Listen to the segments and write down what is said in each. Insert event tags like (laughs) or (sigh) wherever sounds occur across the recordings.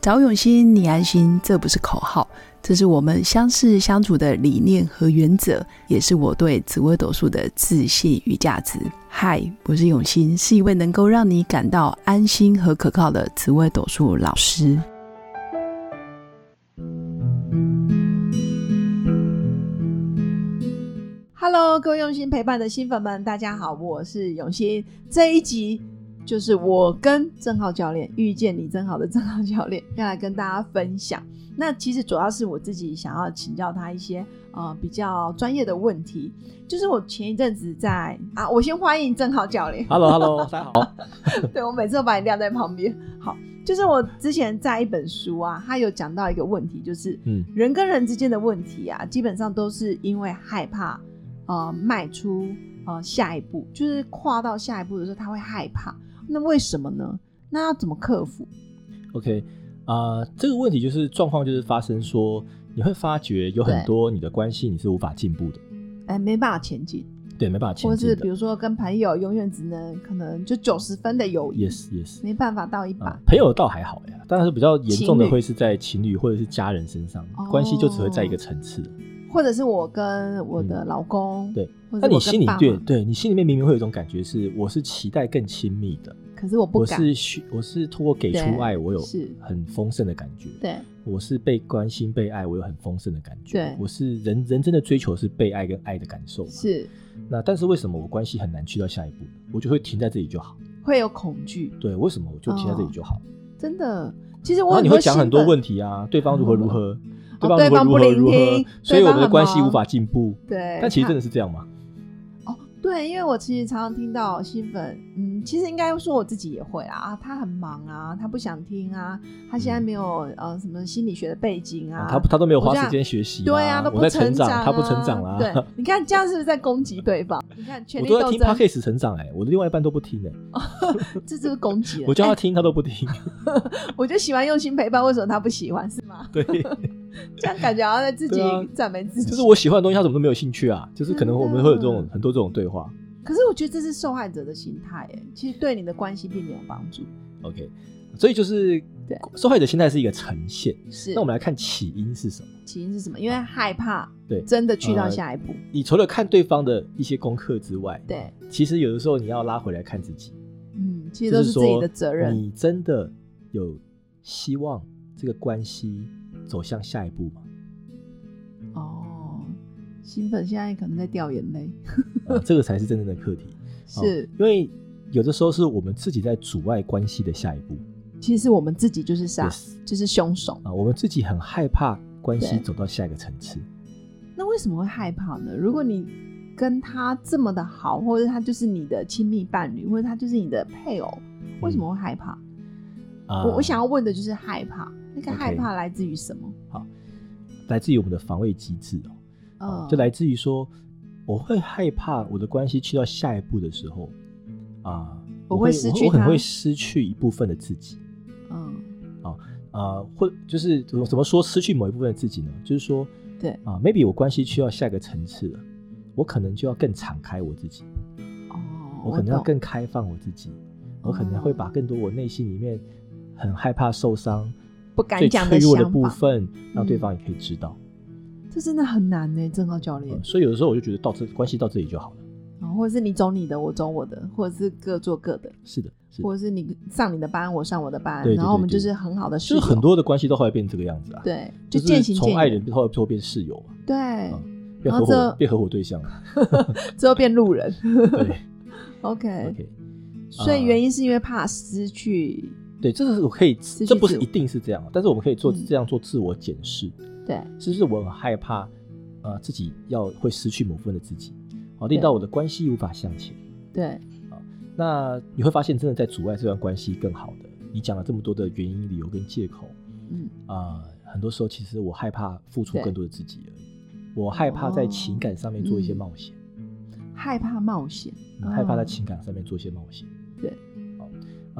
找永新，你安心，这不是口号，这是我们相识相处的理念和原则，也是我对紫微斗数的自信与价值。嗨，我是永新，是一位能够让你感到安心和可靠的紫微斗数老师。 Hello，各位用心陪伴的新粉们，大家好，我是永新。这一集就是我跟郑浩教练遇见李正好的郑浩教练，要来跟大家分享。那其实主要是我自己想要请教他一些呃比较专业的问题，啊就是我前一阵子在啊，我先欢迎郑浩教练。(laughs) Hello Hello，大家好。对我每次都把你晾在旁边。好，就是我之前在一本书啊，他有讲到一个问题，就是嗯人跟人之间的问题啊，基本上都是因为害怕呃迈出呃下一步，就是跨到下一步的时候，他会害怕。那为什么呢？那要怎么克服？ OK，啊、这个问题就是状况就是发生说，你会发觉有很对多你的关系你是无法进步的，哎，没办法前进，对，没办法前或进是的比。如说跟朋友永远只能可能就九十分的友谊 Yes Yes，没办法到一百、啊、朋友倒还好呀，但是比较严重的情侣会是在情侣或者是家人身上，哦关系就只会在一个层次。或者是我跟我的老公，嗯对，或者我那你跟心里爸妈对对你心里面明明会有一种感觉是，我是期待更亲密的，可是我不我敢，是需我是通过给出对爱，我有是很丰盛的感觉。对我是被关心、被爱，我有很丰盛的感觉。对我是人人真的追求是被爱跟爱的感受嘛。是那但是为什么我关系很难去到下一步呢？我就会停在这里就好。会有恐惧，对，为什么我就停在这里就好？真的。其实然哦我后很你会讲很多新问粉题啊，对方如何如何，哦对方如何如何如对方不何聆听，所以我们对的方关系很忙无法进步。对，但其实真他的是这样吗？哦，对，因为我其实常常听到新粉，嗯，其实应该说我自己也会啊，啊他很忙啊，他不想听啊，他现在没有呃什么心理学的背景啊，啊他不他都没有我花这样时间学习啊，对啊，都我不在成长、他不成长啦、啊 (laughs) 对，你看这样是不是在攻击对方？你看权我力都在斗听争， podcast 成长哎、我的另外一半都不听哎、这就是攻击了。 (laughs) 我叫哎他听他都不听，我就喜欢用心陪伴，为什么他不喜欢？是吗？对，这样感觉好像在自己对啊赞美自己。 (laughs) 就是我喜欢的东西他怎么都没有兴趣啊，就是可能我们会有这真种的很多这种对话。可是我觉得这是受害者的心态，哎，其实对你的关系并没有帮助。 OK，所以就是对受害者心态是一个呈现。是，那我们来看起因是什么？起因是什么？因为害怕，对呃真的去到下一步，你除了看对方的一些功课之外，对，其实有的时候你要拉回来看自己，嗯，其这实都是自说己的责任，你真的有希望这个关系走向下一 (laughs) 步吗？哦。新粉现在可能在掉眼泪，呃、这个才是真正的课题。(laughs) 哦是，因为有的时候是我们自己在阻碍关系的下一步。其实是我们自己就是啊傻， Yes 就是凶手。啊，我们自己很害怕关系对走到下一个层次。那为什么会害怕呢？如果你跟他这么的好，或者他就是你的亲密伴侣，或者他就是你的配偶，为什么会害怕？嗯啊、我我想要问的就是害怕，那个 OK 害怕来自于什么？来自于我们的防卫机制哦。啊嗯，就来自于说，我会害怕我的关系去到下一步的时候，啊，我会会失我去我很它会失去一部分的自己嗯，啊，或就是怎么怎么说失去某一部分的自己呢？就是说，对啊，maybe 我关系去到下一个层次了，我可能就要更敞开我自己，哦，我可能要懂哦更开放我自己，我可能会把更多我内心里面很害怕受伤、不敢最讲脆弱的想部法，分，让对嗯方也可以知道。这真的很难呢，郑浩教练嗯。所以有的时候我就觉得到这关系到这里就好了。啊，或者是你走你的，我走我的，或者是各做各的，是的，是的。或者是你上你的班，我上我的班，对对然后我们对就对是很好的室就友，是很多的关系都后来变成这个样子啊。，对，就渐是行从渐爱嗯远人，后来最后变室友嘛，对，变然后合这伙变合伙对象 (laughs) 啊。之后变路 (laughs) 人。对 OK， ，OK，啊所以原因是因为怕失去，对，这是我可以，失去这不是自我一定是这样，啊但是我们可以做嗯这样做自我检视，对，是不是我很害怕，呃，自己要会失去某部分的自己，好，令到我的关系无法向前。对，那你会发现，真的在阻碍这段关系更好的，你讲了这么多的原因、理由跟借口，嗯，啊、很多时候其实我害怕付出对更多的自己而已，我害怕在情感上面做一些嗯冒险。害怕冒险，嗯害怕在哦情感上面做一些冒险。对，好，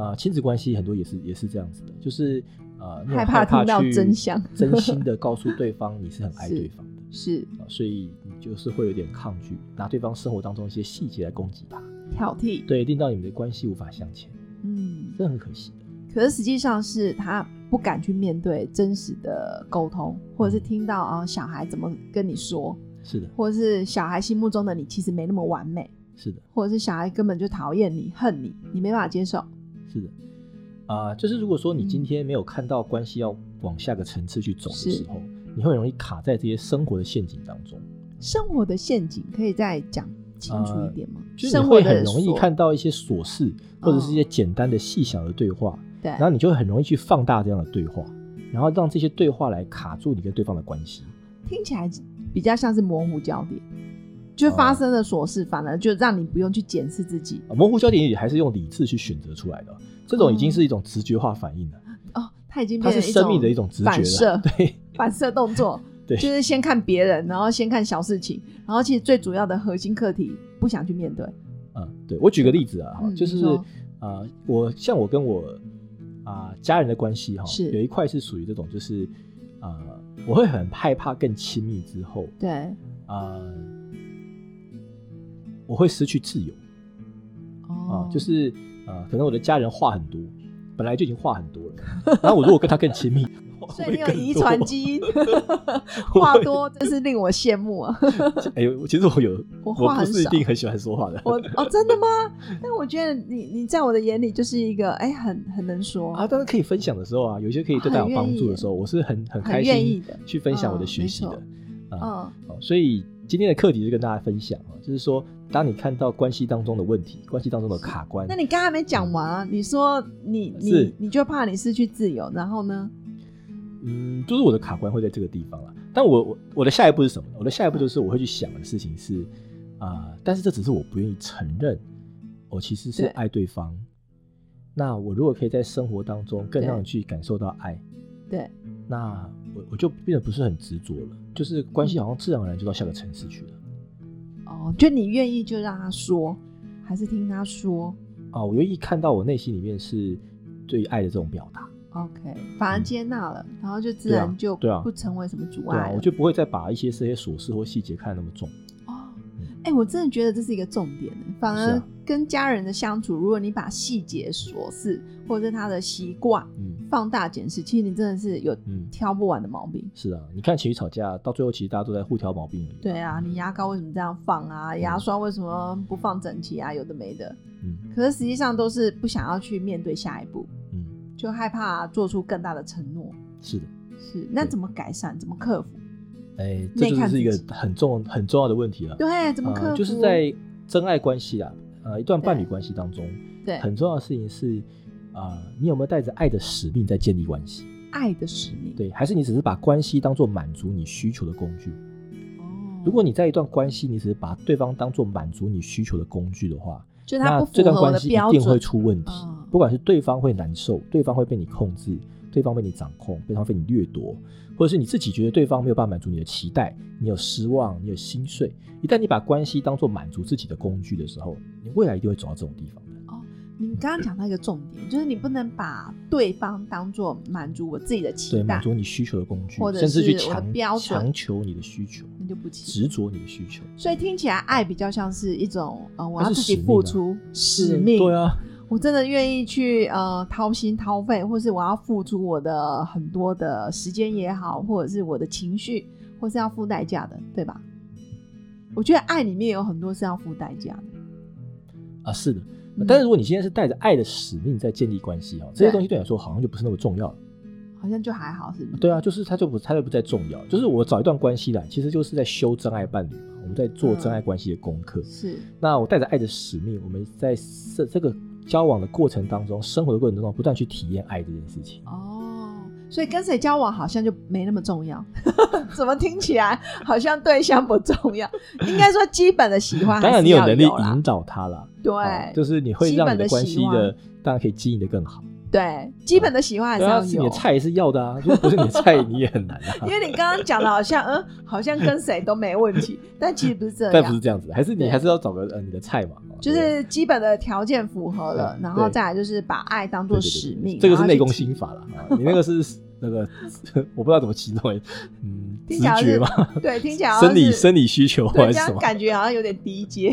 啊，亲子关系很多也是也是这样子的，就是呃，那种害怕害听到去真相真心的告诉对方你是很爱对方的 (laughs) 是啊、所以你就是会有点抗拒，拿对方生活当中一些细节来攻击他，挑剔，对，令到你们的关系无法向前，嗯，这很可惜的。可是实际上是他不敢去面对真实的沟通，或者嗯是听到啊、小孩怎么跟你说，是的，或者是小孩心目中的你其实没那么完美，是的，或者是小孩根本就讨厌你、恨你，你没办法接受。是的。啊、就是如果说你今天没有看到关系要往下个层次去走是的时候，你会很容易卡在这些生活的陷阱当中，生活的陷阱可以再讲清楚一点吗？呃就是生你活会的哦很容易所看到一些琐事或者是一些简单的细小的对话，对，然后你就会很容易去放大这样的对话，然后让这些对话来卡住你跟对方的关系。听起来比较像是模糊焦点，就哦发生的琐事，反而就让你不用去检视自己呃模糊焦点也还是用理智去选择出来的，这种已经是一种直觉化反应了， (laughs) 哦，他已经它变是成一生命的一种直觉反射了。对反射动作， (laughs) 对就是先看别人，然后先看小事情，然后其实最主要的核心课题不想去面对，嗯，对我举个例子啊，哈嗯，就是你说呃，我像我跟我啊、家人的关系哈，是有一块是属于这种，就是呃，我会很害怕更亲密之后，对，呃，我会失去自由。啊、哦，就是呃，可能我的家人话很多，本来就已经话很多了，然后我如果跟他更亲 (laughs) 密，所以你有会更遗多传基 (laughs) 因， (laughs) 话多，真是令我羡慕啊！哎呦，其实我有，我我话不很是一少定很喜欢说话的我哦，真的吗？ (laughs) 但我觉得你你在我的眼里就是一个哎，很很能说啊，但是可以分享的时候啊，有一些可以对他很有帮愿意助的时候，我是很很很开愿意心的去分享我的嗯学没习错的。嗯，哦，所以今天的课题就跟大家分享啊，就是说，当你看到关系当中的问题，关系当中的卡关，那你刚还没讲完啊？你说你你是你就怕你失去自由，然后呢？嗯，就是我的卡关会在这个地方啦。但我我我的下一步是什么呢？我的下一步就是我会去想的事情是，啊、但是这只是我不愿意承认，我其实是对爱对方。那我如果可以在生活当中更对让你去感受到爱，对，那我我就变得不是很执着了，就是关系好像自然而然就到下个层次去了。哦，就你愿意就让他说，还是听他说啊，我愿意看到我内心里面是对爱的这种表达， ？OK，反而接纳了，然后就自嗯对啊然就对啊不成为什么阻对啊碍，了。我就不会再把一些这些琐事或细节看得那么重。哦，哎、我真的觉得这是一个重点呢。反是而啊跟家人的相处，如果你把细节琐事或者是他的习惯嗯放大检视，其实你真的是有嗯，挑不完的毛病。是啊，你看情侣吵架到最后，其实大家都在互挑毛病而已。对啊，你牙膏为什么这样放啊？牙刷为什么不放整齐啊？有的没的。嗯可是实际上都是不想要去面对下一步，嗯，就害怕做出更大的承诺。是的，是，那怎么改善？怎么克服？哎，这就内看是一个自己很重很重要的问题了。对，怎么克服？呃就是在真爱关系啊，呃，一段伴侣关系当中，对很重要的事情是，啊，你有没有带着爱的使命在建立关系？爱的使命。，对，还是你只是把关系当做满足你需求的工具？哦，如果你在一段关系，你只是把对方当做满足你需求的工具的话，就他那不符这段合我关的系一标定会准，出问题嗯。不管是对方会难受，对方会被你控制，对方被你掌控，对方被你掠夺，或者是你自己觉得对方没有办法满足你的期待，你有失望，你有心碎。一旦你把关系当做满足自己的工具的时候，你未来一定会走到这种地方的。你刚刚讲到一个重点，就是你不能把对方当做满足我自己的期对，满待，足你需求的工具或，者甚至去是我的强标准强求你的需求，那就不行。执着你的需求。所以听起来爱比较像是一种呃，我要它是自己使命付啊出使命。对，啊，我真的愿意去呃掏心掏肺，或是我要付出我的很多的时间也好，或者是我的情绪，或是要付代价的，对吧？我觉得爱里面有很多是要付代价的。啊，是的嗯。但是如果你现在是带着爱的使命在建立关系哦，这对些东西对你来说好像就不是那么重要了。好像就还好，是不是？对啊，就是它就不它就不再重要。就是我找一段关系来，其实就是在修真爱伴侣嘛，我们在做嗯真爱关系的功课。是那我带着爱的使命，我们在这这个交往的过程当中，生活的过程当中，不断去体验爱这件事情。哦，所以跟谁交往好像就没那么重要， (laughs) 怎么听起来好像对象不重要？应该说基本的喜欢啊还当然，是你有要能力啦引导他啦，哦对，就是你会基让本你的的关喜系的欢，当然可以经营的更好。对基本的喜欢还是对啊，要是你的有。菜是要的啊，如果不是你的菜，你也很难 (laughs) 因。啊为你刚刚讲的好像，嗯，好像跟谁都没问 (laughs) 题，但其实不是这但不是样，这样子，还是你对还是要找个呃你的菜嘛，哦就对是基本的条件符合了，对然后再来就是把爱当做对对对使对命，这个然是后去内功心 (laughs) 法啦。啊，你那个是那个， (laughs) 我不知道怎么形容，嗯，听直起来觉是嘛， (laughs) (laughs) 对，听起来好像生理是生理需求对，这还是什样么？ (laughs) 感觉好像有点低阶，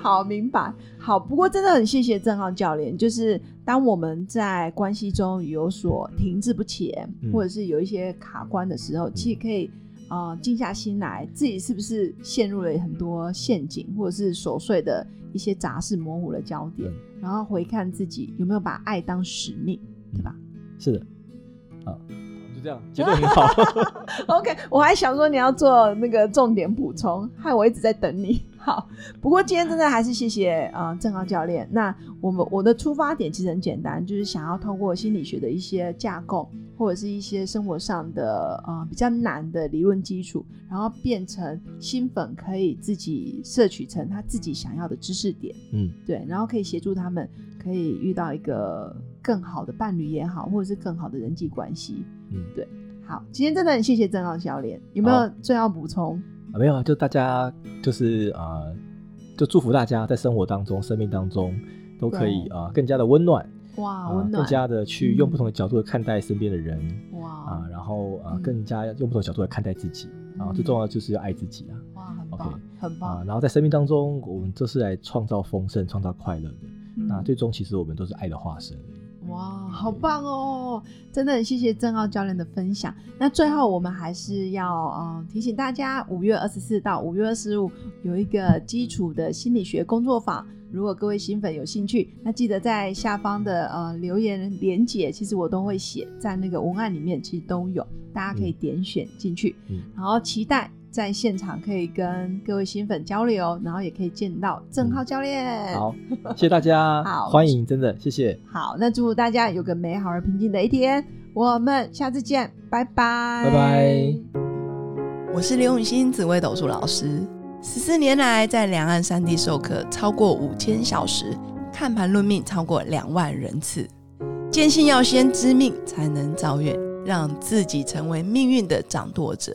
好，明白。好，不过真的很谢谢郑浩教练，就是当我们在关系中有所停滞不前，嗯或者是有一些卡关的时候，其实可以呃静下心来，自己是不是陷入了很多陷阱，或者是琐碎的一些杂事模糊了焦点，嗯然后回看自己有没有把爱当使命，对吧？是的，啊，就这样，结果 (laughs) 很好。 (laughs) OK，我还想说你要做那个重点补充，害我一直在等你。 (laughs) 好，不过今天真的还是谢谢啊郑浩教练。那我们我的出发点其实很简单，就是想要通过心理学的一些架构，或者是一些生活上的呃比较难的理论基础，然后变成新粉可以自己摄取成他自己想要的知识点。嗯，对，然后可以协助他们可以遇到一个更好的伴侣也好，或者是更好的人际关系。嗯，对。好，今天真的很谢谢郑浩教练，有没有好最后补充？啊，没有啊，就大家就是啊、呃就祝福大家在生活当中、生命当中都可以啊、呃更加的温暖哇，啊温更暖，加的去用不同的角度来看待身边的人啊、哇然后啊、呃嗯更加用不同的角度来看待自己啊、嗯最重要的就是要爱自己啊哇，很 OK，棒，很啊、棒。然后在生命当中，我们都是来创造丰盛、创造快乐的。嗯那最终其实我们都是爱的化身而已。哇，好棒哦！真的很谢谢郑浩教练的分享。那最后我们还是要呃提醒大家，五月二十四到五月二十五有一个基础的心理学工作坊。如果各位新粉有兴趣，那记得在下方的呃留言连结，其实我都会写在那个文案里面，其实都有，大家可以点选进去。嗯然后期待在现场可以跟各位新粉交流，然后也可以见到郑浩教练。嗯好，谢谢大家，嗯 (laughs) 好欢迎，真的谢谢。好，那祝大家有个美好而平静的一天，我们下次见，拜拜，拜拜。我是刘永新，紫微斗数老师。十四年来，在两岸三地授课超过五千小时，看盘论命超过两万人次。坚信要先知命，才能造运，让自己成为命运的掌舵者。